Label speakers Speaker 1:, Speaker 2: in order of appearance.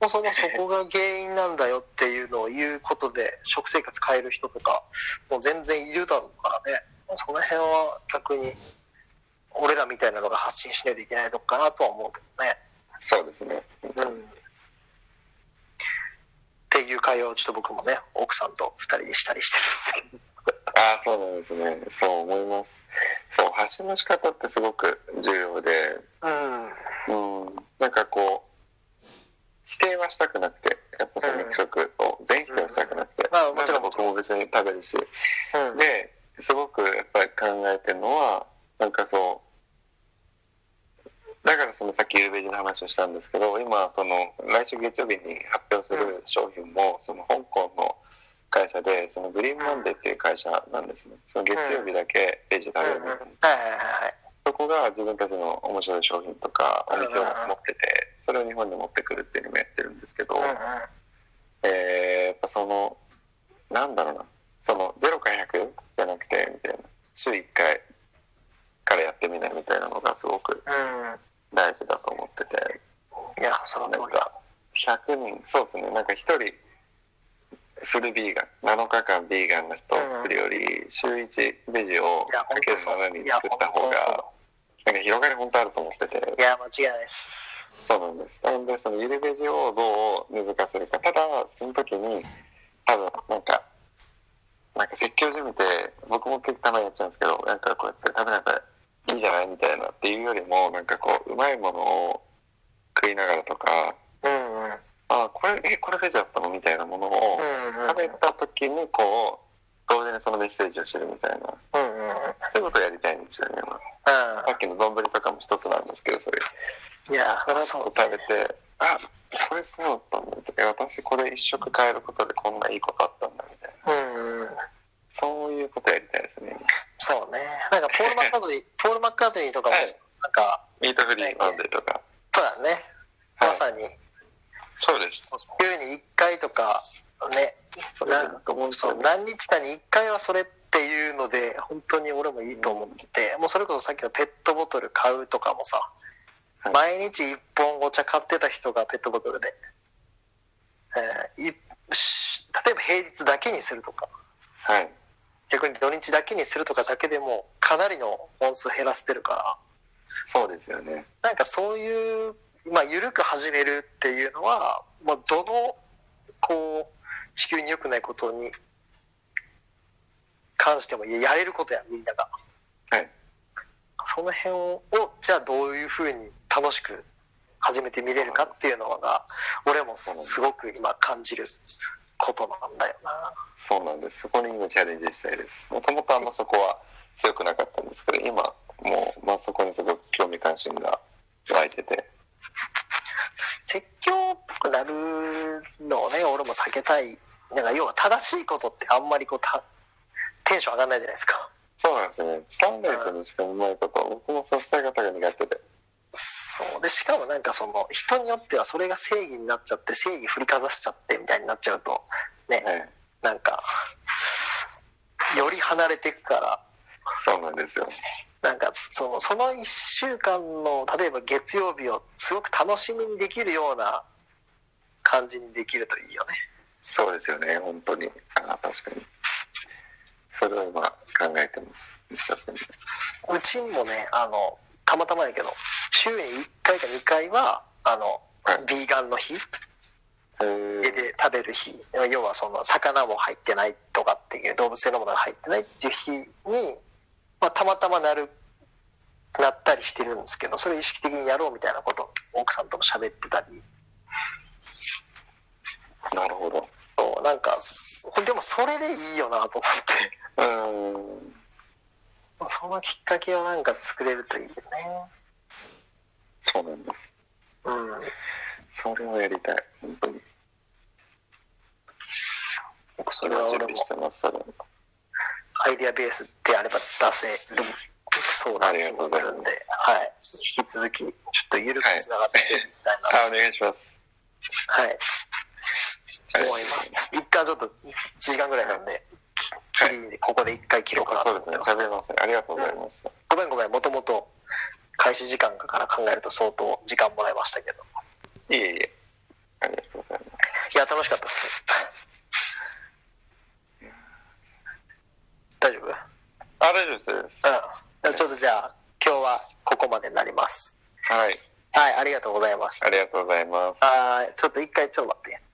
Speaker 1: もそもそこが原因なんだよっていうのを言うことで、食生活変える人とか、もう全然いるだろうからね。その辺は逆に、俺らみたいなのが発信しないといけないとこかなとは思うけ
Speaker 2: そうですね。
Speaker 1: どね。うん。っていう会話をちょっと僕もね、奥さんと二人でしたりしてるんです
Speaker 2: ああ、そうなんですね。そう思います。そう、発信の仕方ってすごく重要で、
Speaker 1: けど。うん。
Speaker 2: うん、なんかこう、否定はしたくなくて、やっぱその肉食を全否定はしたくなくて、
Speaker 1: まあもちろん
Speaker 2: なんか僕も別に食べるし、
Speaker 1: うん。
Speaker 2: で、すごくやっぱり考えてるのは、なんかそう、だからそのさっきゆうべじの話をしたんですけど、今その来週月曜日に発表する商品も、その香港の会社で、そのグリーンマンデーっていう会社なんですね。その月曜日だけベジタ
Speaker 1: うん
Speaker 2: リ
Speaker 1: う
Speaker 2: アン
Speaker 1: んはいはいはいはい。
Speaker 2: そこが自分たちの面白い商品とかお店を持ってて、それを日本に持ってくるっていうのもやってるんですけど、
Speaker 1: うんうん。
Speaker 2: えーやっぱその、なんだろうな、その0か100じゃなくて、みたいな、週1回からやってみないみたいなのがすごく
Speaker 1: うん。
Speaker 2: 大事だと思ってて、
Speaker 1: いや、その通
Speaker 2: なん
Speaker 1: りだ。
Speaker 2: か100人、そうですね、なんか1人、フルビーガン、7日間ビーガンの人を作るより、週1ベジを
Speaker 1: いや、
Speaker 2: か
Speaker 1: 本
Speaker 2: け
Speaker 1: 当
Speaker 2: る
Speaker 1: そう。
Speaker 2: 7に
Speaker 1: いや、
Speaker 2: 作
Speaker 1: 本
Speaker 2: った方
Speaker 1: 当そうだ
Speaker 2: が、。なんか広がり本当あると思ってて
Speaker 1: い。や、間違いないです。
Speaker 2: そうなんです。なので、そのゆるベジをどう根付かせるか。ただ、その時に、多分、なんか、なんか説教じみて、僕も結構たまにやっちゃうんですけど、なんかこうやって食べなきゃいいじゃないみたいなっていうよりも、なんかこう、うまいものを食いながらとか、
Speaker 1: うんうん。うんうん。
Speaker 2: あ、これ、え、これベジだったのみたいなものを、食べた時にこう、同時にそのメッセージを知るみたいな、
Speaker 1: うんうんうん。
Speaker 2: そういうことをやりたいんですよね。まあさっきの丼とかも一つなんですけど、それ。
Speaker 1: いや
Speaker 2: さら、っと
Speaker 1: そう
Speaker 2: 食。べて、あこれそうだったんだみたいな私これ一食変えることでこんないいことあったんだみたいな
Speaker 1: うんうん。
Speaker 2: そういうことやりたいですね
Speaker 1: そうね。なんか、ポール・マッカートニ ー、ポール・マッカートニーとかも
Speaker 2: はい、
Speaker 1: なんか、
Speaker 2: ミートフリーマンデーとか、
Speaker 1: そうだね。
Speaker 2: は
Speaker 1: ま
Speaker 2: い
Speaker 1: さに、
Speaker 2: そうです
Speaker 1: 週に1回とか、ね、
Speaker 2: それなんか本
Speaker 1: そ
Speaker 2: 当
Speaker 1: う
Speaker 2: に
Speaker 1: 何日かに1回はそれっていうので、本当に俺もいいと思ってて、もうそれこそさっきのペットボトル買うとかもさ、
Speaker 2: はい
Speaker 1: 毎日1本お茶買ってた人がペットボトルで、えーいし例えば平日だけにするとか、
Speaker 2: はい
Speaker 1: 逆に土日だけにするとかだけでも、かなりの本数減らせてるから、
Speaker 2: そうですよね
Speaker 1: なんかそういう、まあ、緩く始めるっていうのは、まあ、どの、こう、地球に良くないことに関しても、いややれることや、みんなが。
Speaker 2: はい
Speaker 1: その辺を、じゃあどういうふうに楽しく始めてみれるかっていうのが、俺もすごく今感じることなんだよな。
Speaker 2: そうなんですそこに今チャレンジしたいですもともとあんまそこは強くなかったんですけど今もう、まあ、そこにすごく興味関心が湧いてて
Speaker 1: 説教っぽくなるのをね、俺も避けたい。なんか要は正しいことってあんまりこうた、テンション上がんないじゃないですか。
Speaker 2: そうなんですね伝わんないですよねしかもうまいこと僕もそう伝え方が苦手で
Speaker 1: そうでしかもなんかその人によってはそれが正義になっちゃって正義振りかざしちゃってみたいになっちゃうとね
Speaker 2: はい
Speaker 1: なんかより離れていくから
Speaker 2: そうなんですよ
Speaker 1: なんかそのその1週間の例えば月曜日をすごく楽しみにできるような感じにできるといいよね。
Speaker 2: そうですよね、本当に。あ確かに。それを今考えてます。
Speaker 1: うちもねあのたまたまやけど週に1回か2回はあの、
Speaker 2: はい
Speaker 1: ビーガンの日
Speaker 2: えー
Speaker 1: 家で食べる日要はその魚も入ってないとかっていう動物性のものが入ってないっていう日に、まあ、たまたまなるなったりしてるんですけどそれを意識的にやろうみたいなことを奥さんとも喋ってたり
Speaker 2: なるほど。
Speaker 1: そうなんかそでもそれでいいよなと思って
Speaker 2: うーん。
Speaker 1: そのきっかけをなんか作れるといいよね
Speaker 2: そうなんです。
Speaker 1: うん
Speaker 2: それをやりたい。本当に。
Speaker 1: 僕そ
Speaker 2: そ
Speaker 1: れ
Speaker 2: れ
Speaker 1: は
Speaker 2: を準
Speaker 1: 俺も
Speaker 2: 備してます。それを
Speaker 1: アイデアベースであれば出せるそうな
Speaker 2: ありがとうございます
Speaker 1: るんで、はい、引き続きちょっと緩くつながっていきたいなと
Speaker 2: あ、お願いします。
Speaker 1: はい。思います。一旦ちょっと1時間ぐらいなんで、き
Speaker 2: はい
Speaker 1: 切り、ここで一回切ろうかなと
Speaker 2: そう
Speaker 1: 思
Speaker 2: で
Speaker 1: っ
Speaker 2: す
Speaker 1: て
Speaker 2: ね
Speaker 1: ま。す。
Speaker 2: 食べません。ありがとうございました。
Speaker 1: ごめんごめん、もともと開始時間から考えると相当時間もらいましたけど。
Speaker 2: いえいえ。ありがとうございます。
Speaker 1: いや、楽しかったっす。大丈夫うん。
Speaker 2: あ大丈夫です大丈夫です
Speaker 1: じゃあちょっとじゃあ、今日はここまでになります。
Speaker 2: はい
Speaker 1: はい、ありがとうございました。
Speaker 2: ありがとうございます
Speaker 1: あーちょっと一回ちょっと待って。